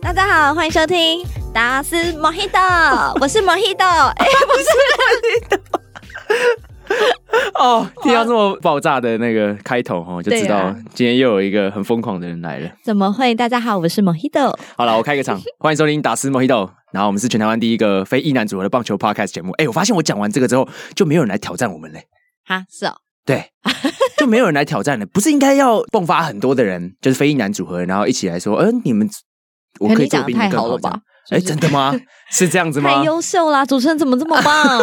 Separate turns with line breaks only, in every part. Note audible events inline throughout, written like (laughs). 大家好，欢迎收听达斯莫希
(laughs)
豆，我是莫希豆。哎、不是，
哦，听到这么爆炸的那个开头哦哈，就知
对
道
啊
今天又有一个很疯狂的人来了。
怎么会？大家好，我是莫希豆。
好了，我开
(laughs)
个场，欢迎收听打斯莫希豆。然后我们是全台湾第一个非意男组合的棒球 podcast
(laughs)
节目。哎，我发现我讲完这个之后，就没有人来挑战我们嘞。
哈，是哦，
对，就没有人来挑战了。不是应该要迸发很多的人，就是非意男组合，然后一起来说，嗯、你们我
可
可
你
以做
讲的
得比你
太
们更
好
好
了
这
吧
样？？哎，真的吗？是这样子吗
太？优秀啦！主持人怎么这么
(laughs)
棒？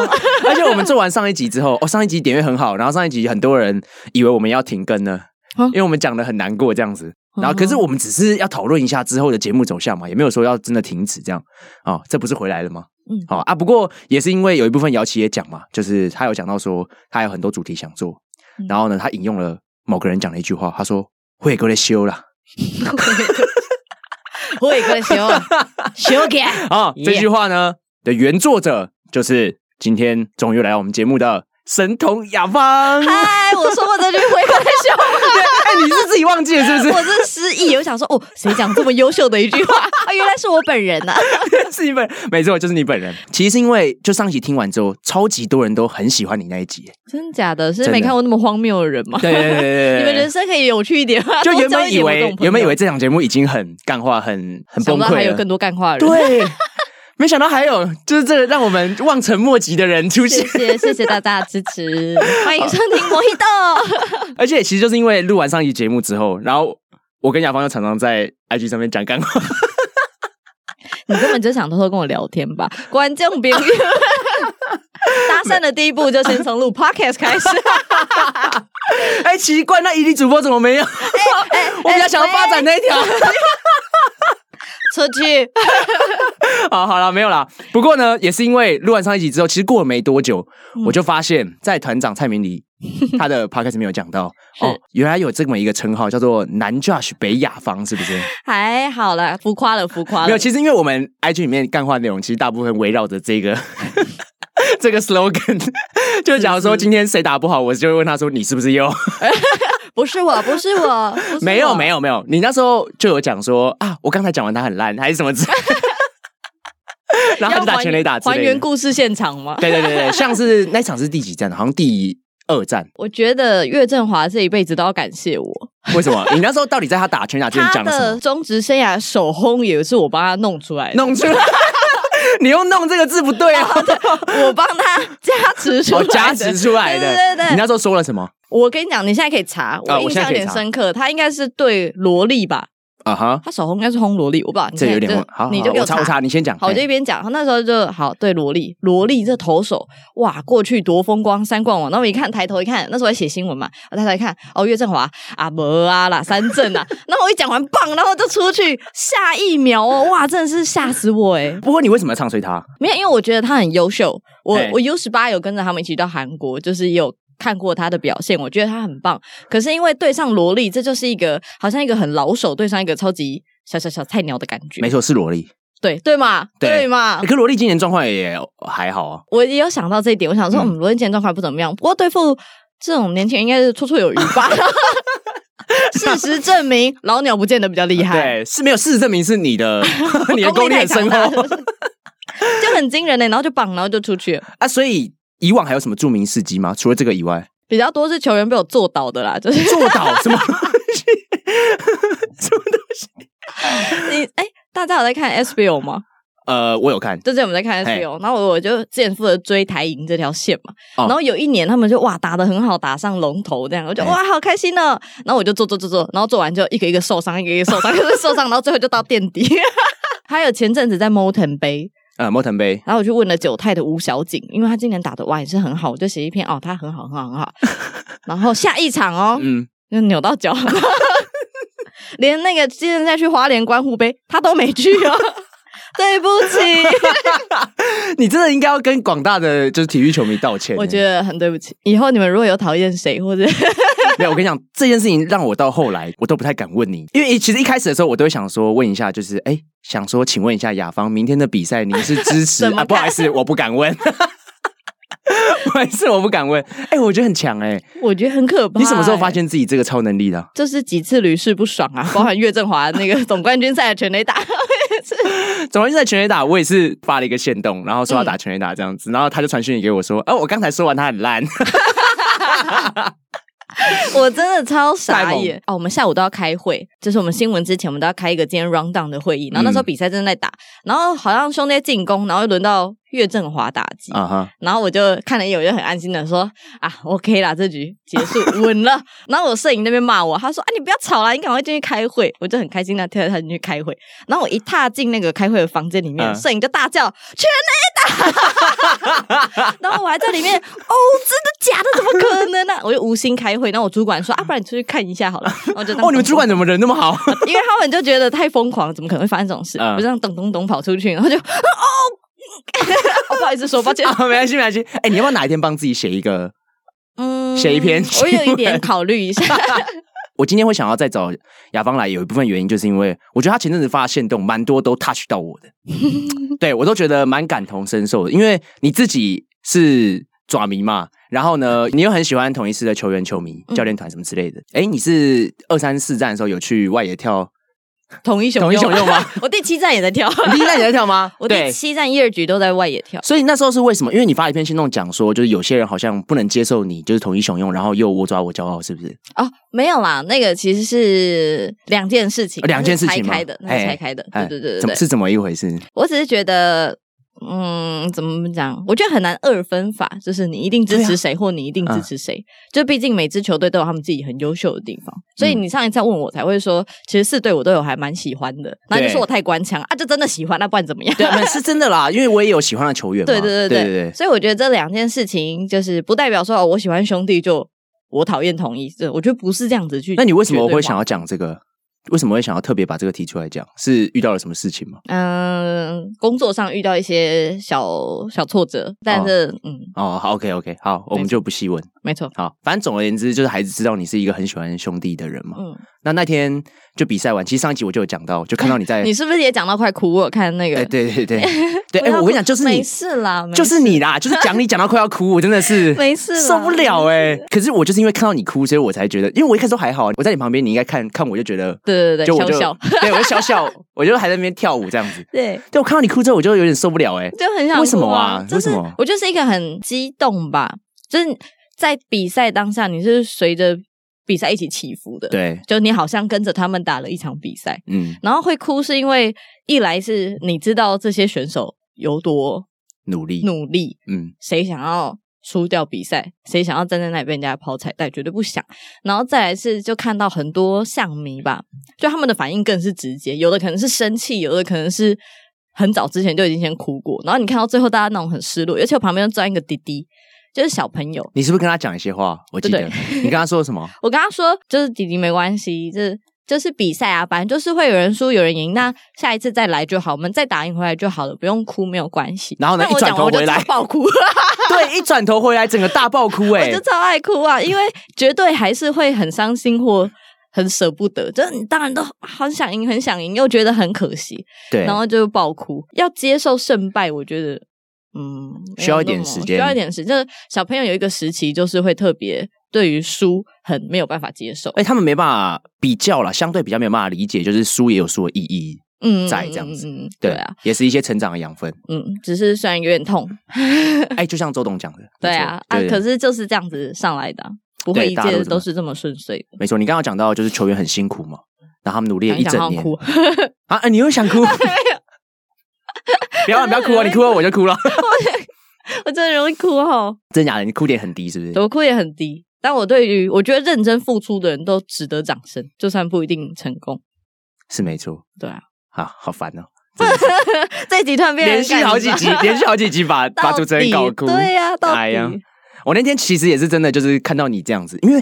而且我们做完上一集之后，哦，上一集点阅很好，然后上一集很多人以为我们要停更了，
嗯
因为我们讲的很难过这样子。
哦
然后，可是我们只是要讨论一下之后的节目走向嘛，也没有说要真的停止这样。哦，这不是回来了吗？
嗯
好、啊，不过也是因为有一部分姚琦也讲嘛，就是他有讲到说他有很多主题想做，
嗯
然后呢，他引用了某个人讲的一句话，他说：“会过来修啦。
我也跟修 (laughs) 修改
啊，这
Yeah
句话呢的原作者就是今天终于来到我们节目的神童雅芳。
嗨，我说过这句会跟修
对，
(laughs)
哎、你是自己忘记了是 (laughs) 不是？
我真失忆。我想说，哦，谁讲这么优秀的一句
(laughs)
话？啊，原来是我本人呐、啊！
是你本，没错，就是你本人。 (laughs) 其实是因为就上一集听完之后，超级多人都很喜欢你那一集。
真假的？是
真的
没看过那么荒谬的人吗？
对对对对对
(laughs) 你们人生可以有趣一点吗？
就
多
原
交一
本以
点我这
为
种朋友
原本以为这档节目已经很干话、很很
想
崩
不到还
溃
有
了
更，多干话的人。 (laughs)
对，没想到还有就是这个让我们望尘莫及的人
(laughs)
出
谢
现。
谢谢谢大家的支持， (laughs) 欢迎收听魔一
(laughs)
豆。
(laughs) 而且其实就是因为录完上一集节目之后，然后我跟雅芳又常常在 IG 上面讲
(laughs)
干话，
你根本就想偷偷跟我聊天吧？观众朋友，搭讪的第一步就先从录 podcast 开始。
哎、奇怪，那伊犁主播怎么没有？哎我比较想要发展那一条。
出去，
(laughs) 好，好了，没有啦。不过呢，也是因为录完上一集之后，其实过了没多久，
嗯
我就发现，在团长蔡
(laughs)
明黎他的 podcast 没有讲到
是
哦，原来有这么一个称号叫做“南 Josh 北雅芳”，是不
(laughs)
是？
还好啦，浮夸了，浮夸
没有，
了。
其实因为我们 IG 里面干话内容，其实大部分围绕着这个 (laughs) 这个 slogan，就 (laughs) 假如说今天谁打不好，我就会问他说：“你是不是
(laughs)
又
不是我，不是我，不是我
没有没。有没有？”你那时候就有讲说啊，我刚才讲完他很烂，还是什么之类
(laughs)
的然后他就打全垒打之类
还
的
原故事现场吗？
(laughs) 对对对对，像是那场是第几站？好像第二站。
我觉得岳振华这一辈子都要感谢我，
为
(laughs)
什么？你那时候到底在他打拳打之前
他
讲了什
的
么？
中职生涯首轰也是我帮他弄出来的，
弄出来， (laughs) 你用“弄”这个字不对
(laughs)
哦，
我帮他加持出来
我
的，
哦加持出来的。
对对对对
你那时候说了什么？
我跟你讲，你现在可以查，
啊
我印
我现
象有
在可以
点
查
深刻，他应该是对萝莉吧，
啊哈，
他手红应该是轰萝莉，我不知道，你
这
现在
有点
就
问。好，好
你就给
我查我查，。你先讲。哎
好，我就
嘿
一边讲，他那时候就好对萝莉，萝莉这投手哇，过去多风光，三冠王。那我一看，抬头一看，那时候还写新闻嘛，我抬头一看，哦，岳振华啊，没啊啦，三振啊。那我一讲完棒，然后就出去下一秒哦，哇，真的是吓死我欸诶、
不过你为什么要唱衰他？
没有，因为我觉得他很优秀。我、
哎
我 U 十八有跟着他们一起到韩国，就是也有看过他的表现，我觉得他很棒。可是因为对上萝莉，这就是一个好像一个很老手对上一个超级小小小菜鸟的感觉。
没，错，是萝莉。
对对嘛，
对
嘛
(laughs) 欸。可萝莉今年状况也还好啊。
我也有想到这一点，我想说，嗯，罗莉今天状况不怎么样，不过对付这种年轻人应该是绰绰有余
(laughs)
吧。事实证明，老鸟不见得比较厉害。
对，是没有事实证明是你的 (laughs) 你的
功
功
力
力
太
很
强
深哦
大
厚
就很惊人欸呢、然后就绑，然后就出去了。
啊。所以以往还有什么著名事迹吗？除了这个以外，
比较多是球员被我做倒的啦，就是
坐倒什么？
(laughs) 你哎、大家有在看 SBO 吗？
呃，我有看，
最近我们在看
嘿
SBO，然后我就之前负责追台银这条线嘛，
哦
然后有一年他们就哇打的很好，打上龙头这样，我就
嘿
哇好开心哦，然后我就做做做做，然后做完就一个一个受伤，一个一个受伤，就是受伤，然后最后就到垫底。 (laughs) 还有前阵子在 Moten 杯，
呃，莫腾杯。
然后我去问了九泰的吴小景，因为他今年打的哇也是很好，我就写一篇哦，他很好很好很好。 (laughs) 然后下一场哦，
嗯，
就扭到脚， (laughs) 连那个之前再去花莲观湖杯他都没去哦。 (laughs) 对不起，
(laughs) 你真的应该要跟广大的就是体育球迷道歉。
我觉得很对不起。以后你们如果有讨厌谁或者
没有，我跟你讲，这件事情让我到后来我都不太敢问你，因为其实一开始的时候我都会想说问一下，就是哎、想说请问一下雅芳，明天的比赛你是支
(laughs)
持
怎么
啊？
看
不好意思，我不敢问。 (laughs) 不好意思，我不敢问。哎、我觉得很强哎、
我觉得很可怕、欸
你什么时候发？现自己这个超能力的啊、
就是几次屡试不爽啊，包含岳振华那个总冠军赛的全垒打， (laughs)
总之在全垒打，我也是发了一个线动，然后说要
嗯
打全垒打这样子，然后他就传讯息给我说，哦、我刚才说完他很
(laughs)
烂，
我真的超
太
傻
猛
眼哦！我们下午都要开会，就是我们新闻之前，我们都要开一个今天 round down 的会议。然后那时
嗯
候比赛正在打，然后好像兄弟进攻，然后轮到岳振华打击，
啊哈，
然后我就看了一眼，我就很安心的说啊，OK 啦，这局结束稳了。然后我摄影那边骂我，他说啊，你不要吵啦，你赶快进去开会。我就很开心的推着他进去开会。然后我一踏进那个开会的房间里面，
嗯
摄影就大叫全垒打， (laughs) 然后我还在里面哦，真的假的？怎么可能呢、我就无心开会。然后我主管说啊，不然你出去看一下好了。然后我就当
哦，你们主管怎么人那
(laughs)
么好？
因为他们就觉得太疯狂，怎么可能会发生这种事？
嗯
我就这样咚咚咚跑出去，然后就哦。 (laughs) 哦不好意思说，抱歉
啊，没关系，没关系。哎、你要不要哪一天帮自己写一个
嗯，
写一篇
我有
新
一
闻
点考虑
(laughs)
一下。
我今天会想要再找雅芳来，有一部分原因就是因为我觉得他前阵子发的线动蛮多都 touch 到我
(laughs)
的，对我都觉得蛮感同身受的，因为你自己是爪迷嘛。然后呢，你又很喜欢同一师的球员、球迷、
嗯
教练团什么之类的。哎，你是二三四站的时候有去外
(laughs)
野跳？
同一雄
同一雄
用
用吗？
(laughs) 我第七站也在跳，
你第一站也在跳吗？
(laughs) 我第
(laughs) 对。
七站一二局都在外野跳。
所以那时候是为什么？因为你发了一篇信动讲说，就是有些人好像不能接受你，就是统一雄用，然后又我抓我骄傲，是不是？
哦，没有啦，那个其实是两件事情，
呃两件事情
那是
吗
拆开的，那是拆开的。对
哎
对对
怎
对
么
对，
是怎么一回事？
我只是觉得。嗯，怎么讲？我觉得很难二分法，就是你一定支持
啊
谁，或你一定支持谁。就毕竟每支球队都有他们自己很优秀的地方，所以
嗯
你上一次问我才会说，其实四队我都有还蛮喜欢的。然后你就
对
说我太官腔啊，就真的喜欢，那不然怎么样？
对，没有是真的啦，因为我也有喜欢的球员嘛。
对对对
对
对所以我觉得这两件事情就是不代表说哦，我喜欢兄弟就我讨厌统一，这我觉得不是这样子去。
那你为什么会想
要？
要讲这个？为什么会想要特别把这个提出来讲？是遇到了什么事情吗？
嗯，工作上遇到一些小小挫折，但是、嗯，
哦，好，OK OK，好，我们就不细问。
没错，
好，反正总而言之，就是孩子知道你是一个很喜欢兄弟的人嘛。
嗯，
那那天就比赛完，其实上一集我就有讲到，就看到你
(laughs)
在，
你是不是也讲到快哭？我看那个，
哎，对对
(laughs)
对对，
不
哎，
要哭
我跟你讲，就是你
没，事啦，没事
就是你啦，就是讲你讲到快要哭，我真的是
(laughs) 没事啦，
受
(laughs)
不了哎。可是我就是因为看到你哭，所以我才觉得，因为我一开始都还好，我在你旁边，你应该看看我就觉得，
对对对，
就我
笑
就
笑，
(laughs) 对，我就笑笑，我就还在那边跳舞这样子。
对。
对我看到你哭之后，我就有点受不了哎、
就很想、
为什么啊
就是
为什么
我就是一个很激动吧，就是在比赛当下，你是随着比赛一起起伏的，，
对，
就你好像跟着他们打了一场比赛，
嗯，
然后会哭是因为一来是你知道这些选手有多
努力，
努力，
嗯，
谁想要输掉比赛，谁想要站在那里被人家抛彩带，绝对不想。然后再来是就看到很多象迷吧，就他们的反应更是直接，有的可能是生气，有的可能是。很早之前就已经先哭过，然后你看到最后大家那种很失落，而且我旁边又站一个弟弟，就是小朋友，
你是不是跟他讲一些话？我记
对
得你跟他说什么？ (laughs)
我跟他说，就是弟弟没关系，这就是比赛啊，反正就是会有人输有人赢，那下一次再来就好，我们再打赢回来就好了，不用哭，没有关系。
然后呢
但我
一转
讲完
头
我就
回来
超爆哭， (laughs) 我
对，一转头回来，整个大爆哭
(laughs)
哎、
就超爱哭啊，因为绝对还是会很伤心或。很舍不得，就是你当然都很想赢，很想赢，又觉得很可惜，
对
然，后就爆哭。要接受胜败，我觉得，嗯，没有
需要一点
那么
时间
需要一点时间。就是小朋友有一个时期，就是会特别对于输很没有办法接受。
哎、他们没办法比较啦，相对比较没有办法理解，就是输也有输的意义，
嗯
在这样子
嗯嗯嗯
对
对啊，，
也是一些成长的养分。
嗯，只是虽然有点痛，
哎、就像周董讲的，
对啊，啊
没，错
可是就是这样子上来的啊、不会
对
一
大家都
切
这么
都是这么顺遂的。 (laughs)
没错。你刚刚讲到就是球员很辛苦嘛，然后他们努力了一
想
整
好
年
哭，
啊，哎你又
(laughs)
想哭？ (laughs) 不要了不要哭啊！你哭了我就哭了，
我真的容易哭哦，
真假的？你哭点很低是不是？
我哭也很低。但我对于我觉得认真付出的人都值得掌声，就算不一定成功。 (laughs)
是没错
对啊，
啊，好烦哦、
(laughs)
真的是
这一集突然变得
连续
感
好几
(laughs) 伤
集，连续好几集把
到
把主持人搞
底
哭。
对啊呀、到
哎呀
底
我那天其实也是真的，就是看到你这样子，因为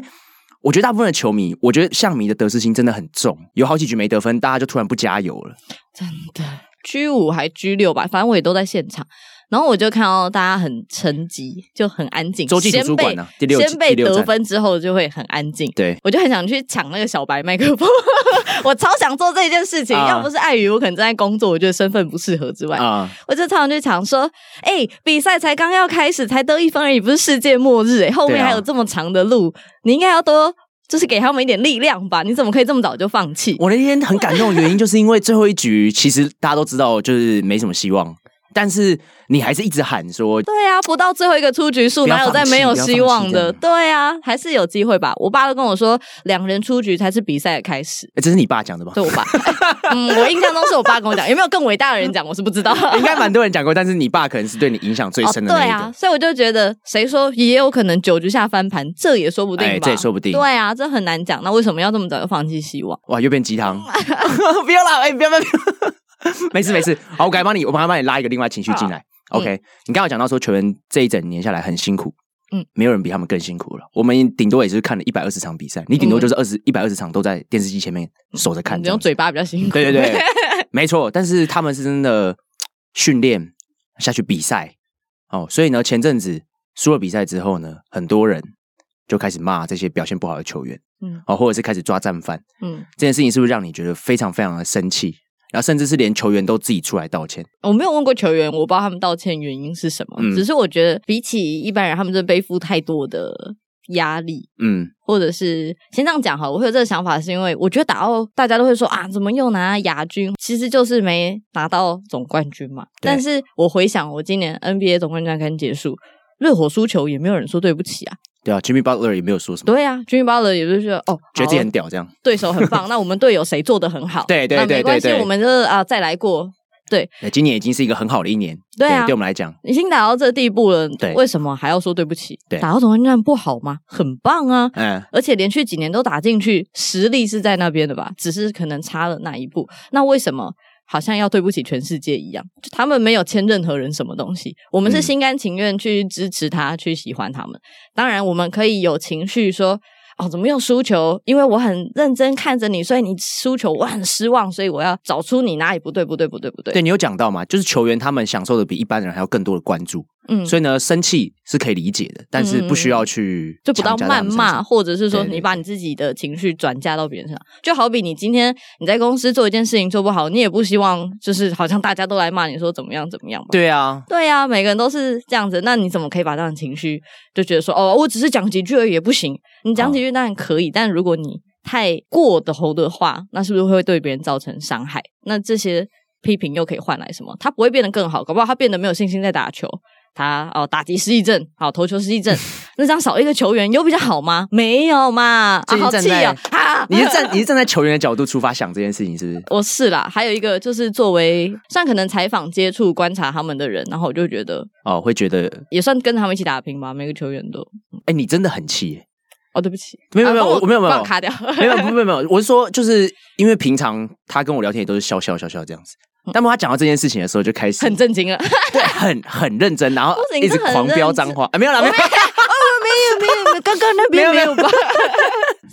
我觉得大部分的球迷，我觉得象迷的得失心真的很重，有好几局没得分，大家就突然不加油了。
真的 G 五还 G 六吧，反正我也都在现场。然后我就看到大家很沉寂，就很安静。
洲际图
先
书
被
馆呢、第六
先被
第六
得
站，
分之后就会很安静。
对，
我就很想去抢那个小白麦克风， (laughs) 我超想做这件事情。
啊
要不是碍于我可能正在工作，我觉得身份不适合之外，
啊、
我就常常就想说，哎、比赛才刚要开始，才得一分而已，不是世界末日、哎，后面
对啊
还有这么长的路，你应该要多就是给他们一点力量吧？你怎么可以这么早就放弃？
我那天很感动的原因，就是因为最后一局其实大家都知道，就是没什么希望，但是你还是一直喊说
对啊，不到最后一个出局数，
不要
哪有再没有
放弃
希望
不要
的？
放弃
对啊，还是有机会吧。我爸都跟我说，两人出局才是比赛的开始。
欸这是你爸讲的吧？
对我啊
(laughs)
爸，嗯，我印象中是我爸跟我讲，有没有更伟大的人讲，我是不知道。
应该蛮多人讲过，但是你爸可能是 (laughs) 对你影响最深的
哦。
那
对
一个。
啊，所以我就觉得，谁说也有可能九局下翻盘，这也说不定吧？
哎这也说不定
对啊，这很难讲。那为什么要这么早就放弃希望？
哇，又变鸡汤， (laughs) 不要啦，哎、不要不要，不要
(laughs)
没事没事，好，我改帮你，我马上帮你拉一个另外情绪进来。
好
OK，、你刚刚有讲到说球员这一整年下来很辛苦，
嗯
嗯，没有人比他们更辛苦了。我们顶多也是看了一百二十场比
嗯
赛，你顶多就是二十一百二十场都在电视机前面守着
(laughs)
看
你
这样
用
子。
嘴巴比较辛苦。
(laughs) 对对
(laughs)
对，没错。但是他们是真的训练下去比赛哦，所以呢，前阵子输了比赛之后呢，很多人就开始骂这些表现不好的球员，
嗯
嗯，哦，或者是开始抓战犯。
嗯，
这件事情是不是让你觉得非常非常的生气？然后甚至是连球员都自己出来道歉，
我没有问过球员，我不知道他们道歉原因是什么。
嗯
只是我觉得，比起一般人，他们真的背负太多的压力。
嗯，
或者是先这样讲好了，我会有这个想法，是因为我觉得打到大家都会说啊，怎么又拿亚军？其实就是没拿到总冠军嘛。
对
但是我回想我今年 NBA 总冠军赛刚结束，热火输球也没有人说对不起啊。
对啊，Jimmy Butler 也没有说什么，
对啊，Jimmy Butler 也就是说哦，
觉得自己
好
很屌这样，
对手很
(laughs)
棒，那我们队友谁做的很好？
对对
那
对
没关系
对，对
我们就是啊再来过。
对哎今年已经是一个很好的一年，
对啊
对我们来讲，
已经打到这地步了，
对
为什么还要说对不起？
对
打到总冠军赛不好吗？很棒啊！
嗯，
而且连续几年都打进去，实力是在那边的吧？只是可能差了那一步。那为什么好像要对不起全世界一样？就他们没有欠任何人什么东西，我们是
嗯
心甘情愿去支持他，去喜欢他们。当然，我们可以有情绪说。哦，怎么又输球？因为我很认真看着你，所以你输球，我很失望，所以我要找出你哪里不对，不对，不对，不对。
对你有讲到嘛，就是球员他们享受的比一般人还要更多的关注，
嗯，
所以呢，生气是可以理解的，但是不需要去
就不到
强加在他
谩
们身
骂，
上，
或者是说
对对
你把你自己的情绪转嫁到别人身上。就好比你今天你在公司做一件事情做不好，你也不希望就是好像大家都来骂你说怎么样怎么样嘛。
对啊，
对呀、每个人都是这样子，那你怎么可以把这样的情绪就觉得说哦，我只是讲几句而已也不行？你讲几句当然可以，但如果你太过头的话，那是不是会对别人造成伤害？那这些批评又可以换来什么？他不会变得更好，搞不好他变得没有信心在打球，他哦打击失忆症，好投球失忆症， (laughs) 那这样少一个球员有比较好吗？没有嘛，啊
最近
好
站
气
在
哦，啊！
(laughs) 你是站你是站在球员的角度出发想这件事情，是不是？
(laughs) 我是啦，还有一个就是作为算可能采访接触观察他们的人，然后我就觉得
哦，会觉得，
也算跟着他们一起打拼吧，每个球员都。
哎，你真的很气耶，
哦，对不起，
没有没有
啊帮
我没有没有
帮我卡掉。 (laughs)
没有，不不没有，我是说，就是因为平常他跟我聊天也都是笑笑笑笑这样子，但当他讲到这件事情的时候，就开
嗯
始
很震
(laughs)
惊了，啊
对，很很认真，然后
不行
一直
这很
狂飙
认真
脏话，啊，没有啦，没有，
没有没有，刚刚那
边没
(laughs)
有
吧？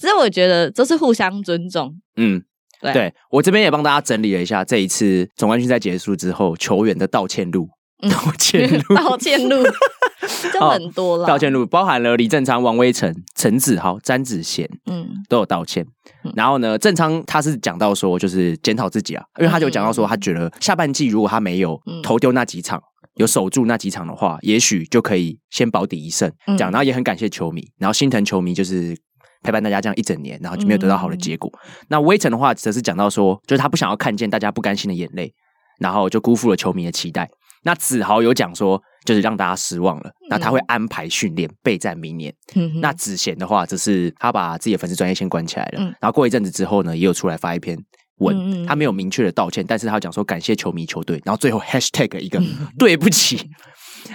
所以我觉得这是互相尊重，
(laughs) 嗯。
对
对我这边也帮大家整理了一下，这一次总冠军赛结束之后，球员的道歉录，
嗯
道歉
(laughs)
录，
道歉
(laughs)
路就很多了。
道歉录包含了李正昌、王威成、陈子豪、詹子贤
嗯，
都有道歉。
嗯
然后呢，正昌他是讲到说，就是检讨自己啊，因为他就讲到说，他觉得下半季如果他没有
嗯
投丢那几场，有守住那几场的话，也许就可以先保底一胜。
嗯
这样，然后也很感谢球迷，然后心疼球迷就是。陪伴大家这样一整年，然后就没有得到好的结果。
嗯
那威城的话，则是讲到说，就是他不想要看见大家不甘心的眼泪，然后就辜负了球迷的期待。那子豪有讲说，就是让大家失望了，那他会安排训练备战明年。
嗯哼
那子贤的话，只是他把自己的粉丝专业先关起来了，
嗯
然后过一阵子之后呢，也有出来发一篇文，
嗯嗯嗯
他没有明确的道歉，但是他讲说感谢球迷、球队，然后最后 hashtag 一个、
嗯
(laughs) 对不起。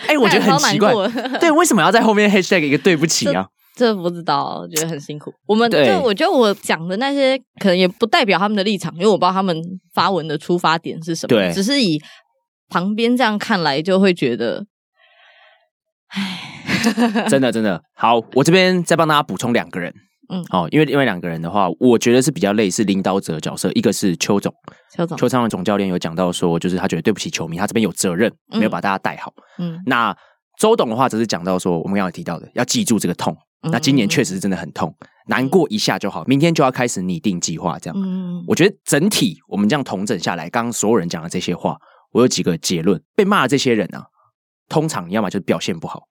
哎、我觉得很奇怪
超难，过的 (laughs)
对，为什么要在后面 hashtag 一个对不起啊？
这不知道，我觉得很辛苦。我们
对
就我觉得我讲的那些，可能也不代表他们的立场，因为我不知道他们发文的出发点是什么。
对
只是以旁边这样看来，就会觉得
真的真的好，我这边再帮大家补充两个人，
嗯
哦，因为另外两个人的话，我觉得是比较类似领导者的角色，一个是邱总，
邱总，
邱昌文总教练有讲到说，就是他觉得对不起球迷，他这边有责任，
嗯
没有把大家带好。
嗯，
那周董的话，则是讲到说，我们刚刚有提到的，要记住这个痛。
嗯
那今年确实是真的很痛，难过一下就好，明天就要开始拟定计划，这样。
嗯，
我觉得整体我们这样统整下来，刚刚所有人讲的这些话，我有几个结论：被骂的这些人啊，通常要么就是表现不好，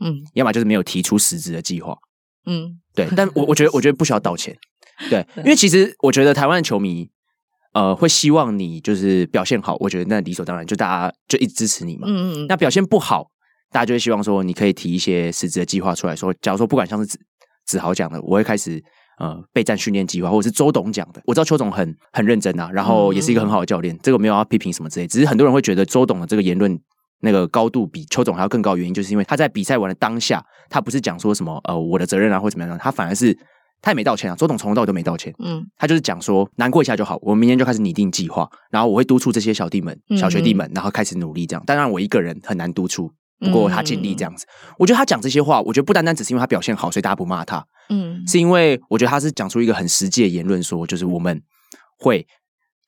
嗯
要么就是没有提出实质的计划。
嗯
对，但我我觉得我觉得不需要道歉，对，因为其实我觉得台湾的球迷。呃，会希望你就是表现好，我觉得那理所当然，就大家就一直支持你嘛。
嗯嗯，
那表现不好，大家就会希望说，你可以提一些实质的计划出来说，假如说不管像是子子豪讲的，我会开始呃备战训练计划，或者是周董讲的，我知道邱总很很认真啊，然后也是一个很好的教练，这个没有要批评什么之类，只是很多人会觉得周董的这个言论。那个高度比邱总还要更高，原因就是因为他在比赛完的当下，他不是讲说什么呃我的责任啊或怎么样，他反而是他也没道歉啊。周董从头到尾都没道歉，
嗯
他就是讲说，难过一下就好，我们明天就开始拟定计划，然后我会督促这些小弟们、
嗯
小学弟们，然后开始努力这样。当然，我一个人很难督促，不
嗯
过他尽力这样子。我觉得他讲这些话，我觉得不单单只是因为他表现好，所以大家不骂他，
嗯
是因为我觉得他是讲出一个很实际的言论说，就是我们会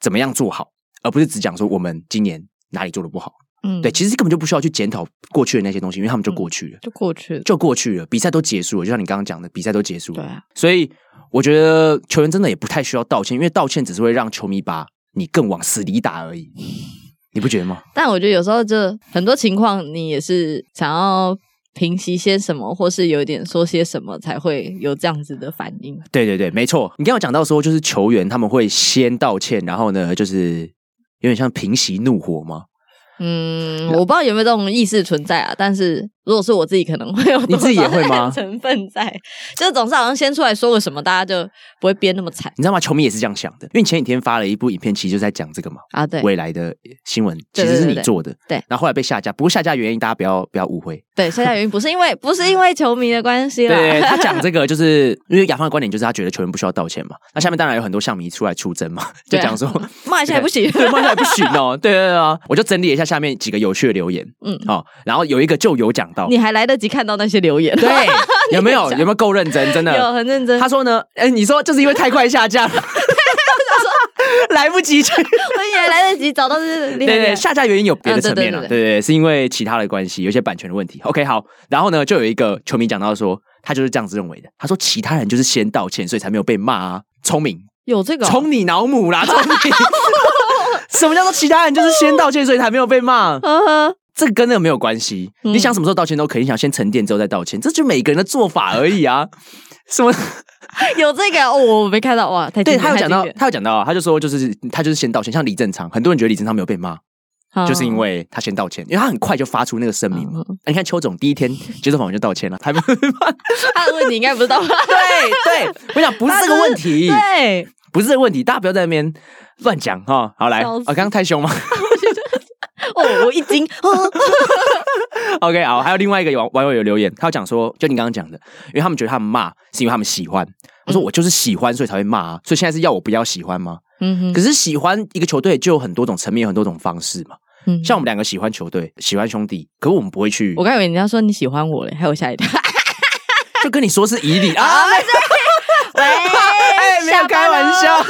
怎么样做好，而不是只讲说我们今年哪里做的不好。
嗯，
对，，其实根本就不需要去检讨过去的那些东西，因为他们就过去了。
就过去了，
就过去了，比赛都结束了，就像你刚刚讲的，比赛都结束了。
对啊，
所以我觉得球员真的也不太需要道歉，因为道歉只是会让球迷把你更往死里打而已，你不觉得吗？
但我觉得有时候就很多情况，你也是想要平息些什么，或是有一点说些什么，才会有这样子的反应。
对对对，没错。你刚刚有讲到说，就是球员他们会先道歉，然后呢，就是有点像平息怒火吗？
嗯，我不知道有没有这种意识存在啊，但是如果是我自己，可能会有
你自己也会
(laughs)
吗
成分在，就是总是好像先出来说个什么，大家就不会憋那么惨
你知道吗？球迷也是这样想的，因为你前几天发了一部影片，其实就在讲这个嘛。
啊。对，
未来的新闻其
对
实是
对
你
对对
做的，
对
然后后来被下架，不过下架原因大家不要不要误会，
对，下架原因不是因为不是因为球迷的关系啦，
对他讲这个，就是因为亚方的观点就是他觉得球员不需要道歉嘛。那下面当然有很多象迷出来出征嘛，就
对啊
讲说
(laughs) 骂一下也不行。
对，骂下来不行哦。对对对啊，我就整理了一下下面几个有趣的留言，嗯
嗯，
哦，然后有一个就有讲
(laughs)
到，
你还来得及看到那些留言，
对，有没有
(laughs) 你
有
讲
没有够认真？真
有
的，
很认真。
他说呢，哎，你说就是因为太快下架了，来不及去，
(laughs) 我也来得及找到这些厉害
对对
厉害
对，下架原因有别的
嗯对
层面了，
对
对
对
对，是因为其他的关系，有一些版权的问题。OK，好，然后呢，就有一个球迷讲到说，他就是这样子认为的，他说其他人就是先道歉，所以才没有被骂啊，聪明。
有这个哦
冲你脑母啦，冲你！ (laughs) 什么叫做其他人就是先道歉，所以才没有被骂？啊
呵呵，
这个跟那个没有关系。
嗯
你想什么时候道歉都可以，你想先沉淀之后再道歉，这就每个人的做法而已啊。 (laughs) 什
(laughs)
么？
有这个哦，我没看到哇，太经
对
典
他有讲到
太经，典
他有讲到啊，他就说就是他就是先道歉，像李正昌，很多人觉得李正昌没有被骂，
好
就是因为他先道歉，因为他很快就发出那个声
嗯
明嘛。你看邱总第一天接受访问就道歉了，还
(laughs)
不 (laughs) 对
他的问题应该不
(laughs)
是到
对，我想不是这个问题，
对，
不是这个问题，大家不要在那边乱讲哈。好来，啊，
笑死
刚刚太凶吗？
哦，我一惊，哦
OK，好，还有另外一个网网友有留言，他有讲说，就你刚刚讲的，因为他们觉得他们骂是因为他们喜欢，他说我就是喜欢，所以才会骂啊，所以现在是要我不要喜欢吗？
(laughs) 嗯
可是喜欢一个球队就有很多种层面，有很多种方式嘛。
嗯哼，
像我们两个喜欢球队，喜欢兄弟，可我们不会去
我，刚以为人家说你喜欢我嘞，还有下一跳，
(laughs) 就跟你说是以理啊，
哦喂，
(laughs) 哎，没有
下
开
班
玩
了，
笑，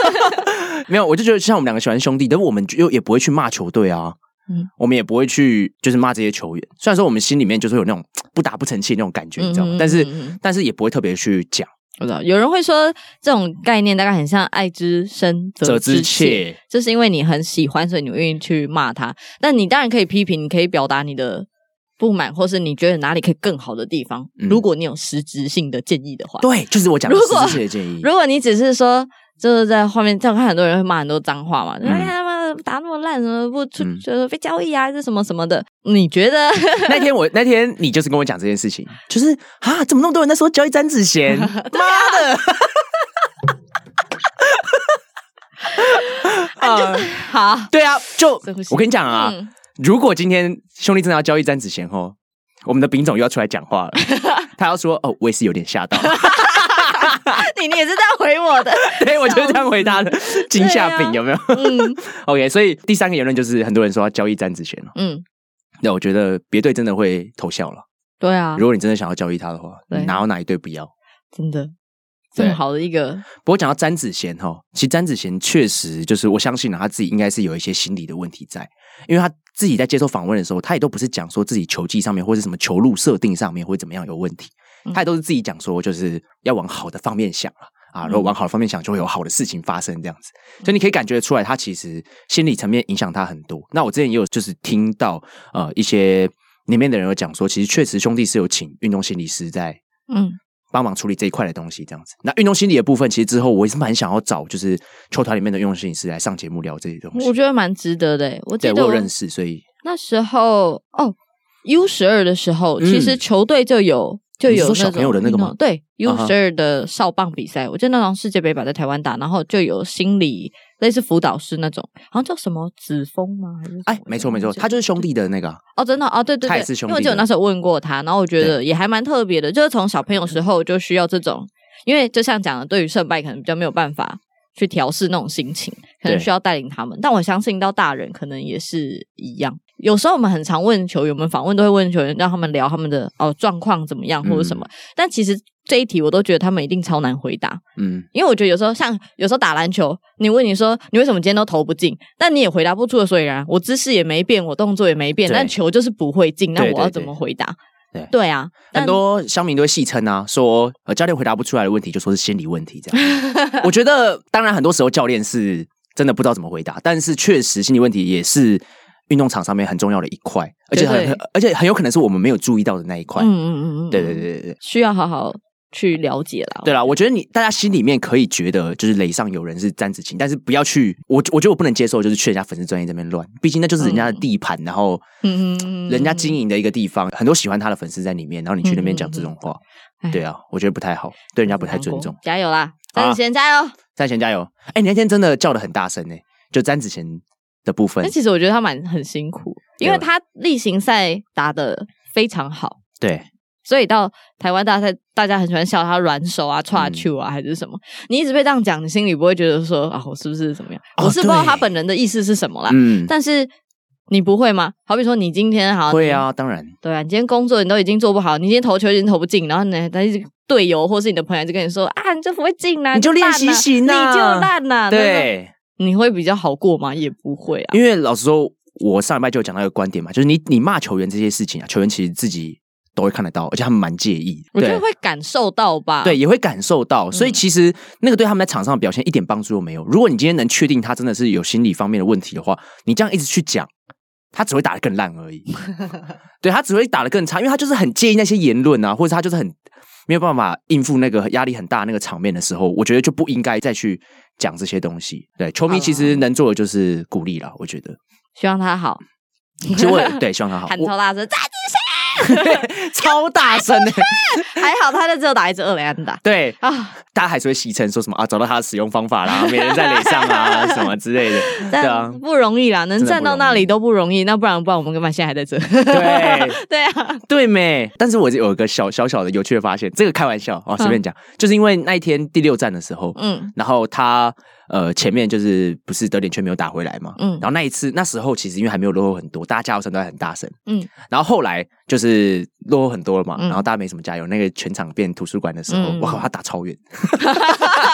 (laughs) 没有，我就觉得像我们两个喜欢兄弟，但是我们就也不会去骂球队啊，
嗯
我们也不会去就是骂这些球员。虽然说我们心里面就是有那种不打不成器的那种感觉，你知道吗？
嗯嗯
但是
嗯嗯
但是也不会特别去讲。
我知道有人会说这种概念大概很像爱之深
责之
之切，
切。
就是因为你很喜欢，所以你愿意去骂他。但你当然可以批评，你可以表达你的不满，或是你觉得哪里可以更好的地方。
嗯
如果你有实质性的建议的话，
对，就是我讲的
如果
责之切的建议。
如果你只是说就是在画面，这样看很多人会骂很多脏话嘛，就
嗯
哎呀他妈打那么烂，什么不出
嗯
就是被交易啊，还是什么什么的？你觉得？ (laughs)
那天我那天你就是跟我讲这件事情，就是啊，怎么那么多人在说交易詹
(laughs)
子贤？妈的！ (laughs) 啊，
好，
对啊，就
深呼吸
我跟你讲啊，
嗯
如果今天兄弟真的要交易詹子贤哦，我们的丙总又要出来讲
(laughs)
话了，他要说哦，我也是有点吓到， (laughs)
你你也是在回我的，
对我就是这样回答的，惊吓丙有没有、
嗯
(laughs) o k 所以第三个言论就是很多人说要交易詹子贤哦，
嗯，
那我觉得别队真的会投笑了。
对啊
如，果你真的想要交易他的话，
对
你哪有哪一队不要？
真的这么
对
好的一个，
不过讲到詹子贤哈，其实詹子贤确实就是我相信啊，他自己应该是有一些心理的问题在，因为他自己在接受访问的时候，他也都不是讲说自己球技上面或是什么球路设定上面会怎么样有问题，
嗯
他也都是自己讲说就是要往好的方面想了。啊，如果往好的方面想，就会有好的事情发生，这样子，所以你可以感觉得出来，他其实心理层面影响他很多。那我之前也有就是听到呃一些里面的人有讲说，其实确实兄弟是有请运动心理师在
嗯
帮忙处理这一块的东西，这样子。那运动心理的部分，其实之后我也是蛮想要找，就是球团里面的运动心理师来上节目聊这些东
我
西。
觉得蛮值得的欸。我记
对我
得
有认识，所以
那时候哦，U 十二的时候，
嗯
其实球队就有就
你是
有
说
那
小
种
朋友的那个吗
对，U
啊哈
十二的少棒比赛，我记得那场世界杯吧，在台湾打，然后就有心理类似辅导师那种，好像叫什么子峰吗？还是什么
哎，没错没错，他就是兄弟的那个啊、
哦，真的哦，对对
他
对
也是，
因
兄弟
为我记得我那时候问过他，然后我觉得也还蛮特别的，就是从小朋友时候就需要这种，因为就像讲的，对于胜败可能比较没有办法去调试那种心情，可能
对
需要带领他们。但我相信到大人可能也是一样。有时候我们很常问球员，我们访问都会问球员，让他们聊他们的哦状况怎么样
嗯
或者什么。但其实这一题我都觉得他们一定超难回答，
嗯，
因为我觉得有时候像有时候打篮球，你问你说你为什么今天都投不进，但你也回答不出个所以然。我姿势也没变，我动作也没变，
对
但球就是不会进，那
对
我要
对
怎么回答？
对
啊，但
很多乡民都会戏称啊，说呃教练回答不出来的问题，就说是心理问题这样。 (laughs) 我觉得，当然很多时候教练是真的不知道怎么回答，但是确实心理问题也是运动场上面很重要的一块，而且
绝
很
对
而且很有可能是我们没有注意到的那一块。
嗯嗯嗯嗯，
对对，对对对。
需要好好去了解啦。
对啦，我觉得你大家心里面可以觉得就是垒上有人是詹子晴，但是不要去我我觉得我不能接受，就是去人家粉丝专业这边乱，毕竟那就是人家的地盘，然后
嗯，嗯嗯嗯，
人家经营的一个地方，很多喜欢他的粉丝在里面，然后你去那边讲这种话，
嗯嗯嗯
对啊，我觉得不太好，对人家不太尊
难过。
重
嗯加油啦，
好啊
张子贤加油！
詹贤加油！哎、你那天真的叫的很大声呢、欸就詹子贤的部分
但，其实我觉得他蛮很辛苦，因为
对
他例行赛打的非常好。
对
所以到台湾大赛，大家很喜欢笑他软手啊、
嗯
踹球啊，还是什么。你一直被这样讲，你心里不会觉得说啊，我是不是怎么样？
哦
我是不知道
对
他本人的意思是什么啦。
嗯，
但是你不会吗？好比说你今天好，
会，啊，当然，
对啊，你今天工作你都已经做不好，你今天投球已经投不进，然后呢，他一直队友或是你的朋友就跟你说啊，你这不会进啦，
你就练习
烂啊
型啊
你就烂啦。那
对。
种，你会比较好过吗？也不会啊。
因为老实说，我上礼拜就有讲到一个观点嘛，就是你你骂球员这些事情啊，球员其实自己都会看得到，而且他们蛮介意
我
的，
觉得
对
会啊嗯感受到吧。
对，也会感受到，所以其实那个对他们在场上的表现一点帮助都没有。如果你今天能确定他真的是有心理方面的问题的话，你这样一直去讲。他只会打得更烂
(laughs)
而已，对他只会打得更差，因为他就是很介意那些言论啊，或者他就是很没有办法应付那个压力很大那个场面的时候，我觉得就不应该再去讲这些东西。对，球迷其
好啊
实能做的就是鼓励啦，我觉得。
希望他好，
(laughs) 其实
(laughs)
我也对希望他好，
喊
我
超大声，再
超大声的，
还好，他就只有打一支二垒安打 (laughs)
(laughs) 对，
啊，
大家还是会戏称说什么啊，找到他的使用方
(laughs)
法啦，每人在垒上啊 (laughs) 什么之类的，对啊
但，不容易啦，能
真的
站
不
到
容
那里
易
都不容易。那不然不然，我们干嘛现在还在这？
对
(laughs) 对啊，
对没？但是我有一个小小小的有趣的发现，这个开玩笑啊，随便讲，就是因为那一天第六站的时候，
嗯
然后他呃前面就是不是德点圈没有打回来嘛，
嗯
然后那一次那时候其实因为还没有落后很多，大家加油声都还很大声，
嗯
嗯，然后后来就是落后很多了嘛，
嗯
然后大家没什么加油，那个全场变图书馆的时候，
嗯
哇靠，他打超远。
(laughs)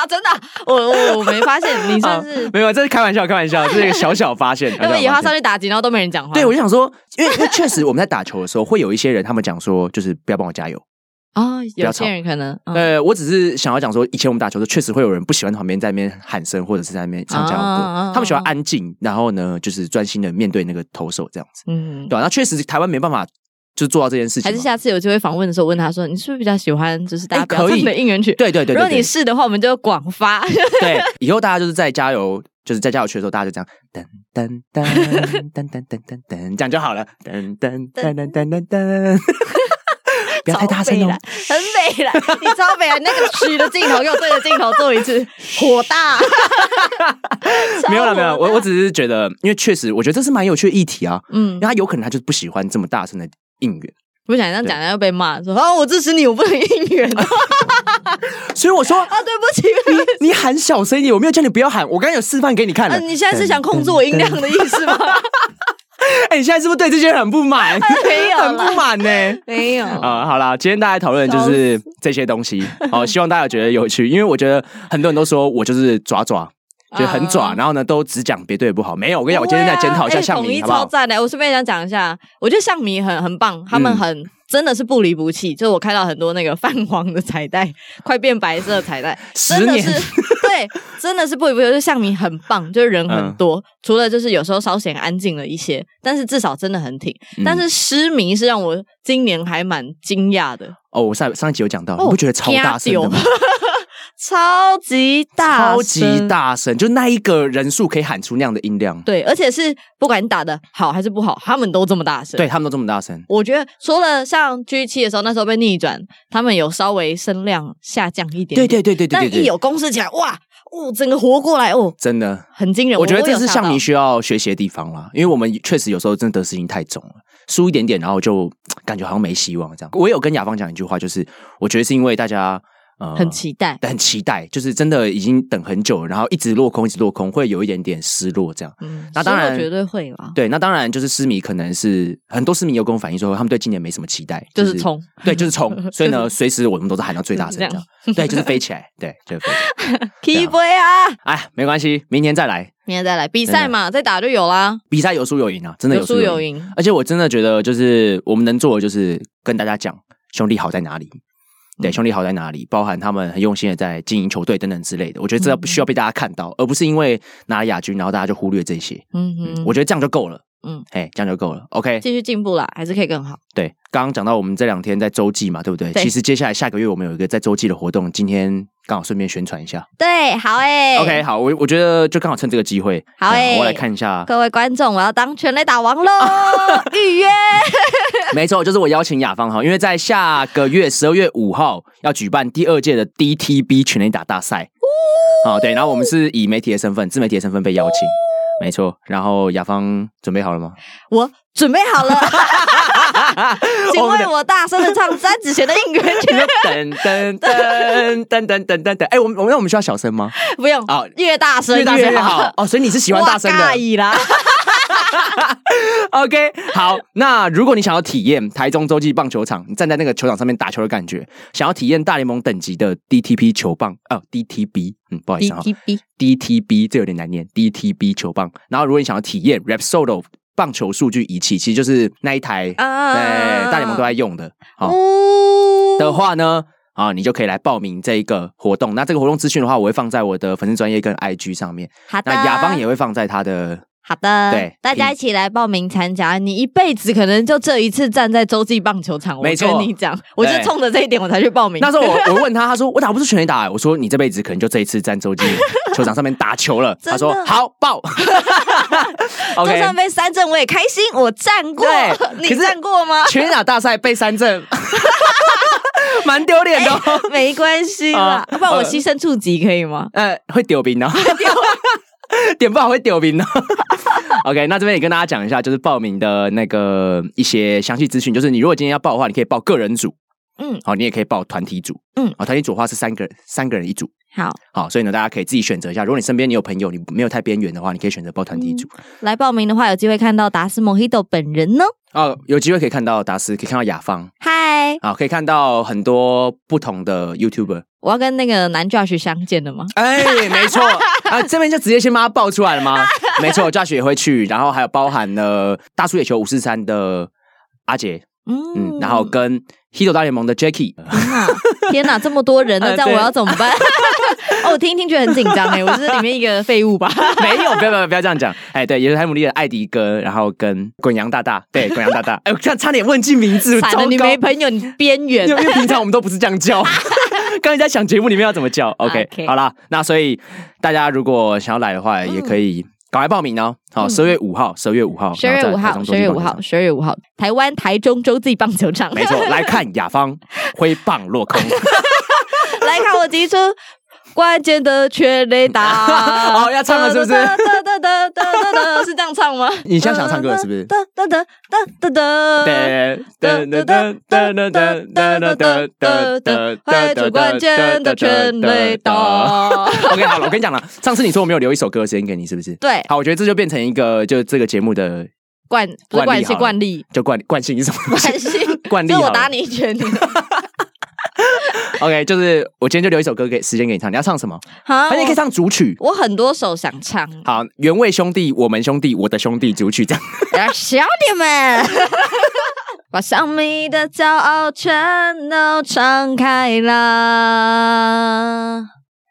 真的，啊我我我没发现，
(laughs)
你算是
啊没有，这是开玩笑，开玩笑，这是一个小小
(laughs)
发现。
要不
小
然以
小
后
发
上
现
去打击，然后都没人讲话。
对，我就想说，因为因为确实我们在打球的时候，会有一些人他们讲说，就是不要帮我加油。
啊，有
要吵
些人可能嗯
呃，我只是想要讲说，以前我们打球的时候，确实会有人不喜欢旁边在那边喊声，或者是在那边唱加油
啊啊啊
歌
啊，
他们喜欢安静，然后呢，就是专心的面对那个投手这样子。
嗯
对，啊吧、那确实台湾没办法就做到这件事情
还
嘛。
是下次有机会访问的时候问他说，你是不是比较喜欢就是大家
哎
不要
可
唱
以
的应援曲？
对对对对
如果你
对
是的话，我们就广发。 (laughs)
对，以后大家就是在加油，就是在加油区的时候，大家就这样噔噔噔噔噔噔噔噔，这样就好了，噔噔噔噔噔噔
(laughs)
噔。不要太大声
超北
哦
蓝！很美了，你超美了，那个曲的镜头给我对着镜头做一次，火大。
(laughs) 没有了，没有啦，
超
我
火
我
大
只是觉得，因为确实，我觉得这是蛮有趣的议题啊。
嗯
因为他有可能他就是不喜欢这么大声的应援，
不想这样讲，要被骂说啊，我支持你，我不能应援 (laughs) 啊，
所以我说
对不起，
你喊小声一点，
(laughs)
我没有叫你不要喊，我刚刚有示范给你看
啊 (laughs)
了。
你现在是想控制我音量的意思吗？
哎、你现在是不是对这些人很不满？
(laughs) 没有啦
很不满呢、
哎没有，
啊、好啦，今天大家讨论的就是这些东西，哦，希望大家觉得有趣，因为我觉得很多人都说我就是爪爪，就很爪，
嗯
然后呢都只讲别对不好，没有，我跟你讲，我今天在检讨一下
哎
向
统一
明，好不好
超？赞的，我顺便想讲一下，我觉得象迷很很棒，他们
嗯
很、真的是不离不弃。就是我看到很多那个泛黄的彩带，快变白色的彩带，
十
真的
年
是对，真的是不离不弃。就是象迷很棒，就是人
嗯
很多，除了就是有时候稍显安静了一些，但是至少真的很挺。
嗯
但是失迷是让我今年还蛮惊讶的，
哦，我上上一集有讲到，
哦
你不觉得超大声的吗？
超级大，
超级。大声，就那一个人数可以喊出那样的音量，
对，而且是不管你打的好还是不好，他们都这么大声。
对他们都这么大声。
我觉得除了像 G 七的时候，那时候被逆转，他们有稍微声量下降一点
对
点
对对对对对
但一
对，
有攻势起来，哇，哦，整个活过来，哦，
真的，
很惊人。
我觉得
我有
这是
吓
向
到
你需要学习的地方啦，因为我们确实有时候真的得失心太重了，输一点点，然后就感觉好像没希望这样。我有跟雅芳讲一句话，就是我觉得是因为大家呃
很期待，
很期待，就是真的已经等很久了，然后一直落空，一直落空，会有一点点失落这样。
嗯，
那当然
所以我绝对会啦，
对，那当然就是思迷，可能是很多思迷有跟我反映说，他们对今年没什么期待，
就是冲，
(laughs) 对，就是冲。所以呢，随时我们都是喊到最大声
就是 (laughs)
这
这样
样，对，就是飞起来，对，就是飞起来。 (laughs)
K 杯啊，
哎，没关系，明年再来，
明天再来比赛嘛，再打就有啦，
比赛有输有赢啊，真的有
输
输
有
有赢。
赢，
而且我真的觉得，就是我们能做的就是跟大家讲兄弟好在哪里，对，
嗯
兄弟好在哪里，包含他们很用心的在经营球队等等之类的。我觉得这
嗯
不需要被大家看到，而不是因为拿了亚军，然后大家就忽略这些。
嗯
嗯，
哼，
我觉得这样就够了。
嗯
嗯，哎，这样就够了。OK，
继续进步啦，还是可以更好。
对，刚刚讲到我们这两天在洲际嘛，对不对？
对
其实接下来下个月我们有一个在洲际的活动，今天刚好顺便宣传一下。
对，好诶
OK，好，我我觉得就刚好趁这个机会，
好
对
欸
我来看一下。
各位观众，我要当全垒打王
(laughs)
喽，预约。
没错，就是我邀请雅芳哈，因为在下个月十二月五号要举办第二届的 DTB 全垒打大赛。哦，对，然后我们是以媒体的身份、自媒体的身份被邀请，没错。然后雅芳准备好了吗？
我准备好
(laughs)
了，请
我们
为
的
我大声的唱三指弦的应援曲，
噔噔噔噔噔噔噔噔，哎，我们我们那我们需要小声吗？
(laughs) 不用
哦，
越大声
越大声越好
好。
哦，所以你是喜欢大声
哇尬
的。
意
(laughs)
啦， (laughs)
OK，好，那如果你想要体验台中洲际棒球场，你站在那个球场上面打球的感觉，想要体验大联盟等级的 DTP 球棒，哦，DTB，嗯，不好意思哈、
B，
DTB，这有点难念，DTB 球棒。然后如果你想要体验 Rap Solo 棒球数据仪器，其实就是那一台，
啊
哎，大联盟都在哦用的，好、
呜
的话呢，啊，你就可以来报名这一个活动。那这个活动资讯的话，我会放在我的粉丝专业跟 IG 上面，
好的，
那雅邦也会放在他的。
好的，
对
大家一起来报名参加，你一辈子可能就这一次站在洲际棒球场，我
没错
跟你讲，我就
对
冲着这一点我才去报名。
那时候我我问他，他说 (laughs) 我打不出全垒打、我说你这辈子可能就这一次站洲际球场上面打球了。
(laughs) 真的
他说好
(laughs)
爆
就
(laughs) ，OK，
算被三振我也开心，我站过
对，
你
可是
站过
(laughs)
吗？
全垒打大赛被三振， (laughs) 蛮丢脸的哦、
没关系啦，
啊
要不然我
呃
牺牲触及可以吗？
呃，会丢兵哦， (laughs) 点不好会丢兵哦。OK，那这边也跟大家讲一下，就是报名的那个一些详细资讯。就是你如果今天要报的话，你可以报个人组，
嗯，
好、你也可以报团体组，
嗯
好、团体组的话是三个人，三个人一组，
好，
好，所以呢，大家可以自己选择一下。如果你身边你有朋友，你没有太边缘的话，你可以选择报团体组。
来报名的话，有机会看到达斯莫希豆本人呢。
哦，有机会可以看到达斯，可以看到雅芳，
嗨，
啊，可以看到很多不同的 YouTuber。
我要跟那个男 Josh 相见的吗？
哎，没错啊，这边就直接先把它爆出来了吗？ (laughs) 没错，Josh 也会去，然后还有包含了大叔野球五四三的阿杰，嗯，然后跟 Hito 大联盟
(laughs)
的
天
Jackie，
哪，天哪，这么多人呢，啊
(laughs) 呃
这样
对
我要怎么办？ (laughs) 哦，我听一听觉得很紧张
(laughs)
哎，我是里面一个废物吧？
没有，不要不要不要这样讲，哎，对，也是海姆利的艾迪哥，然后跟滚羊大大，对，滚羊
(laughs)
大大，哎，我差差点忘记名字，
惨
糟
了，
糕
你没朋友，你边缘
因为因为平常我们都不是这样
(laughs)
叫。刚才在想节目里面要怎么叫，OK，,
OK 嗯
好啦，那所以大家如果想要来的话，也可以赶快报名哦。好，十二月五号，十二月五号，
十二
然
月
后在
五
台
号，
中
十
洲
二
际
月
棒
五
球
号，
场，
十二月五号，台湾台中洲际棒球场，
没错，来看雅芳挥棒落空。
来看我提出关键的全垒打。
(laughs) 哦要唱了是不是
哒哒哒哒哒哒哒，是这样唱吗？
你现在想唱歌了是不是
哒哒哒哒哒哒。
噔
噔噔噔噔噔噔噔噔噔噔，快出关键的全垒。打。
OK，好了，我跟你讲了，上次你说我没有留一首歌的时间给你，是不是？
对，
好，我觉得这就变成一个就这个节目的
惯不是
惯
惯
例好
性
了
惯例
就惯惯性是什么东西？
惯性
惯例
所以
好
我
了
打你一拳，你
OK，就是我今天就留一首歌给时间给你唱，你要唱什么？
好
而且你可以唱主曲。
我很多首想唱，
好，原味兄弟，我们兄弟，我的兄弟，主曲这样。
啊小姐们， (laughs) 把上你的骄傲全都敞开啦。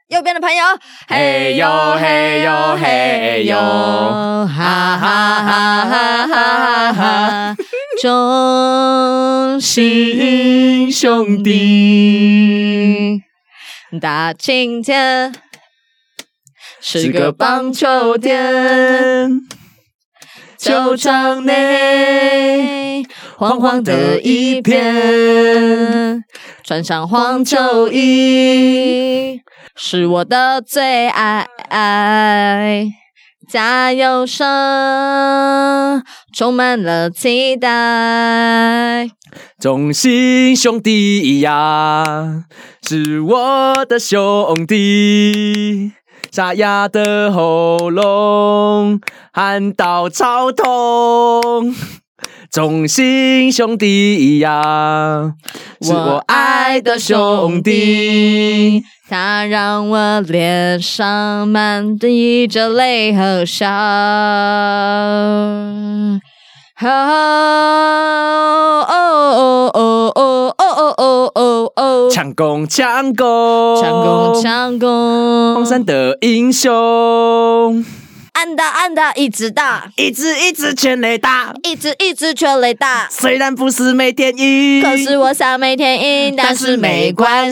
右边的朋友，
嘿呦嘿呦嘿呦
哈哈哈哈哈 (laughs) 哈，忠心
兄
弟，打晴天是个棒球天。球场内黄黄的一片，穿上黄球衣是我的最爱。加油声充满了期待，
忠心兄弟呀，是我的兄弟。沙哑的喉咙喊到超痛，忠心兄弟呀，是我爱的兄弟。
它让我脸上满溢着泪和笑。哦哦哦哦哦哦哦哦哦！
强攻，强攻，
强攻，强攻！
荒山的英雄，
按打按打，一直打，
一直一直全垒打。
一直一直全垒打。
虽然不是每天赢，
可是我想每天赢，但是没关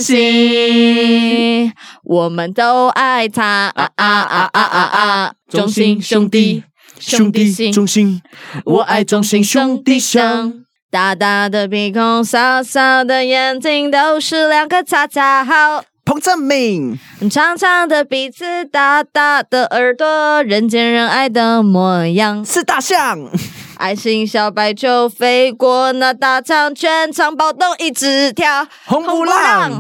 系，我们都爱他啊啊啊啊啊啊！忠心兄弟，兄弟心，
心，
我爱忠心兄弟相。。大大的鼻孔，小小的眼睛，都是两个叉叉号。
彭正明，
长长的鼻子，大大的耳朵，人见人爱的模样。
是大象，
爱心小白球飞过那大场，全场暴动一直跳。
红
红
不
不
让
让。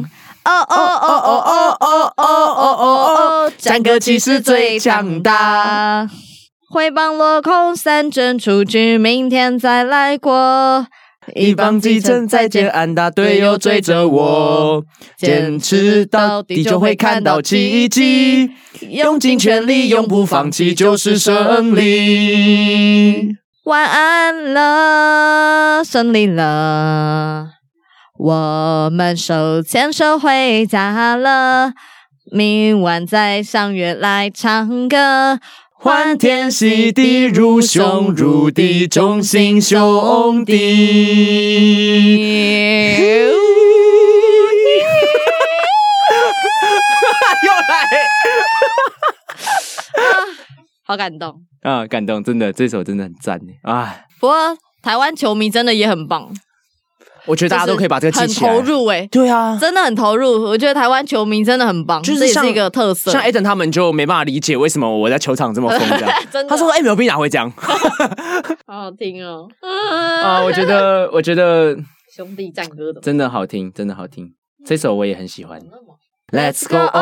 哦哦哦哦哦哦哦哦哦哦！
战歌骑士最强大，
挥棒落空，三振出局，明天再来过。
一棒击正再见，，安打队友追着我，坚持到底就会看到奇迹。用尽全力，永不放弃，就是胜。利。
晚安了，胜利了，我们手牵手回家了。明晚再相约来唱歌，
欢天喜地，如兄如弟，忠心兄 (laughs) 弟。啊又来
好感动。
啊！感动，真的，这首真的很赞耶啊！
不过台湾球迷真的也很棒，
我觉得大家都可以把这个
就是
记
很
起来。
投入哎、
对啊，
真的很投入。我觉得台湾球迷真的很棒，
就是
这也
像
是一个特色。哎
像 Eden 他们就没办法理解为什么我在球场这么疯 (laughs) 这样。
真的
他说哎 MLB 哪会这样
好好听哦，
(laughs)
(laughs)
啊？我觉得，我觉得
兄弟战歌的。
真的好听，真的好听，这首我也很喜欢。Let's go！
go oh,
哦哦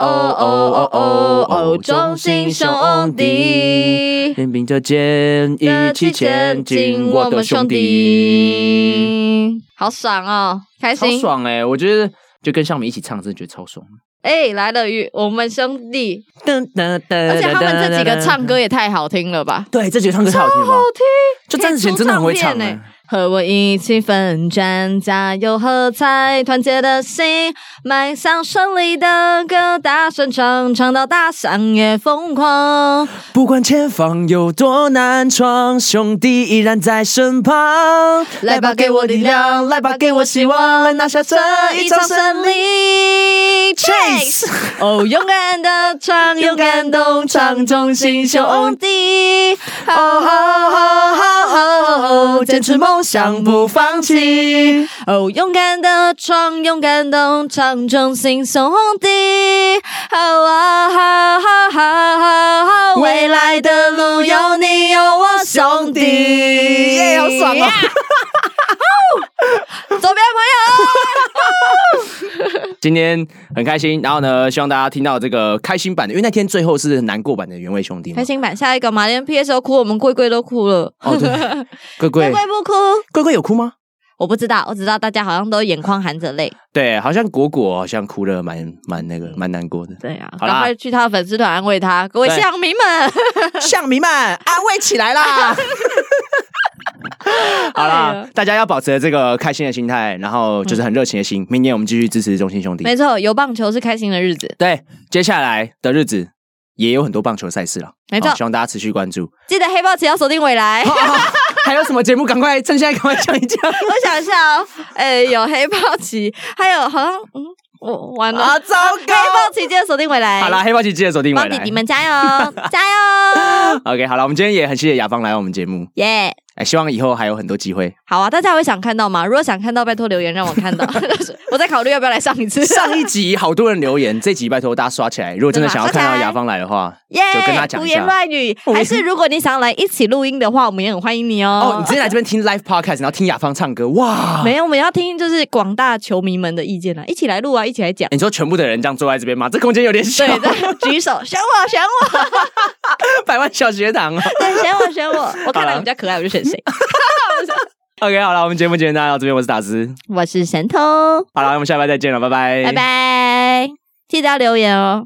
哦哦哦哦，
忠
忠
oh, 心
心
兄
兄弟，
弟，
肩并着肩，一起前进，我的兄弟。，
好爽哦，开
超
心！
爽哎、我觉得就跟像我们一起唱，真的觉得超爽。
哎、来了与我们兄弟，
噔噔噔
而且他们这几个唱，歌也太好听了吧！
对，这几个唱歌超好听吧？
好听，
就站之前真的很会唱
可以出唱
哎、
片和我一起奋战，加油喝彩，团结的心，迈向胜利的歌，大声唱，唱到大响也疯狂。
不管前方有多难闯，兄弟依然在身旁。来吧，给我力量，来吧，给我希望，来拿下这一场胜 Oh,
胜利
(laughs) ！Chase，
哦，勇敢的唱，勇
勇
敢
敢
动
动
唱，
唱
忠
忠
心
心
兄
兄
弟。
oh,
哦哦哦哦哦，坚
坚
持
持
梦
梦
想
想
不
不
放
放
弃
弃。
哦，勇敢的闯，勇敢的唱，忠心兄弟。好啊，好好好好，未来的路有你有我兄弟。
耶好爽哦
左边的朋友。
今天很开心，然后呢，希望大家听到这个开心版的，因为那天最后是难过版的原味兄弟嘛
开。心版下一个嘛，连 PSO 哭，我们贵贵都哭了。
哦对
(laughs)
贵
贵
贵，
贵不哭，
贵贵有哭吗？
我不知道，我只知道大家好像都眼眶含着泪。。
对，好像果果好像哭的蛮蛮那个蛮难过的
(laughs) 对啊，
好
赶
啦
快去他的粉丝团安慰他，各位
对
乡民 (laughs) 们。
象迷
(laughs)
们，安慰起来啦！ (laughs) 好
哎
啦
呀，
大家要保持这个开心的心态，然后就是很热情的心。明年我们继续支持中心兄弟。
嗯没错，有棒球是开心的日子。
对，接下来的日子也有很多棒球赛事了，
没错
好希望大家持续关注。 (laughs)
记得黑豹只要锁定未来。 (laughs)
还有什么节目？赶快趁现在赶快讲一讲
我想一下哦，哎，有黑豹旗，还有好像嗯，我完了。！
糟
黑豹旗记得锁定未来。
好啦，，黑豹姐记得锁定未
哎帮弟
来
弟。们加 (laughs) 油，加 (laughs) 油，
OK，好了，我们今天也很谢谢雅芳来我们节目，
耶！
哎，希望以后还有很多机
(laughs)
会。
好啊，大家会想看到吗？如果想看到，拜托留言让我看 (laughs) 到。我在考虑要不要来上一次。
上一集好多人留言，这集拜托大家刷起来。如果真的
真的啊
想要
刷起
看到
来
雅芳来的话，
耶
就跟他讲一
胡
下
言乱语。
我们
还是如果你想要来一起录音的话，我们也很欢迎你
哦，
哦
你。直接来这边听 live podcast，然后听雅芳唱歌，哇！
没有，我们要听就是广大球迷们的意见啦，一起来录啊，一起来讲。
你说全部的人这样坐在这边吗？这空间有点小
(laughs) 对，，对，举手选我，选我，
(laughs) 百万小学堂啊。
(laughs) 对，选我，选我。我看到你比较可爱，我就选谁。
OK，好了，我们节目今天到这边，我是达斯。
我是神通，
好了，我们下拜再见了，拜拜，
拜拜，记得要留言哦。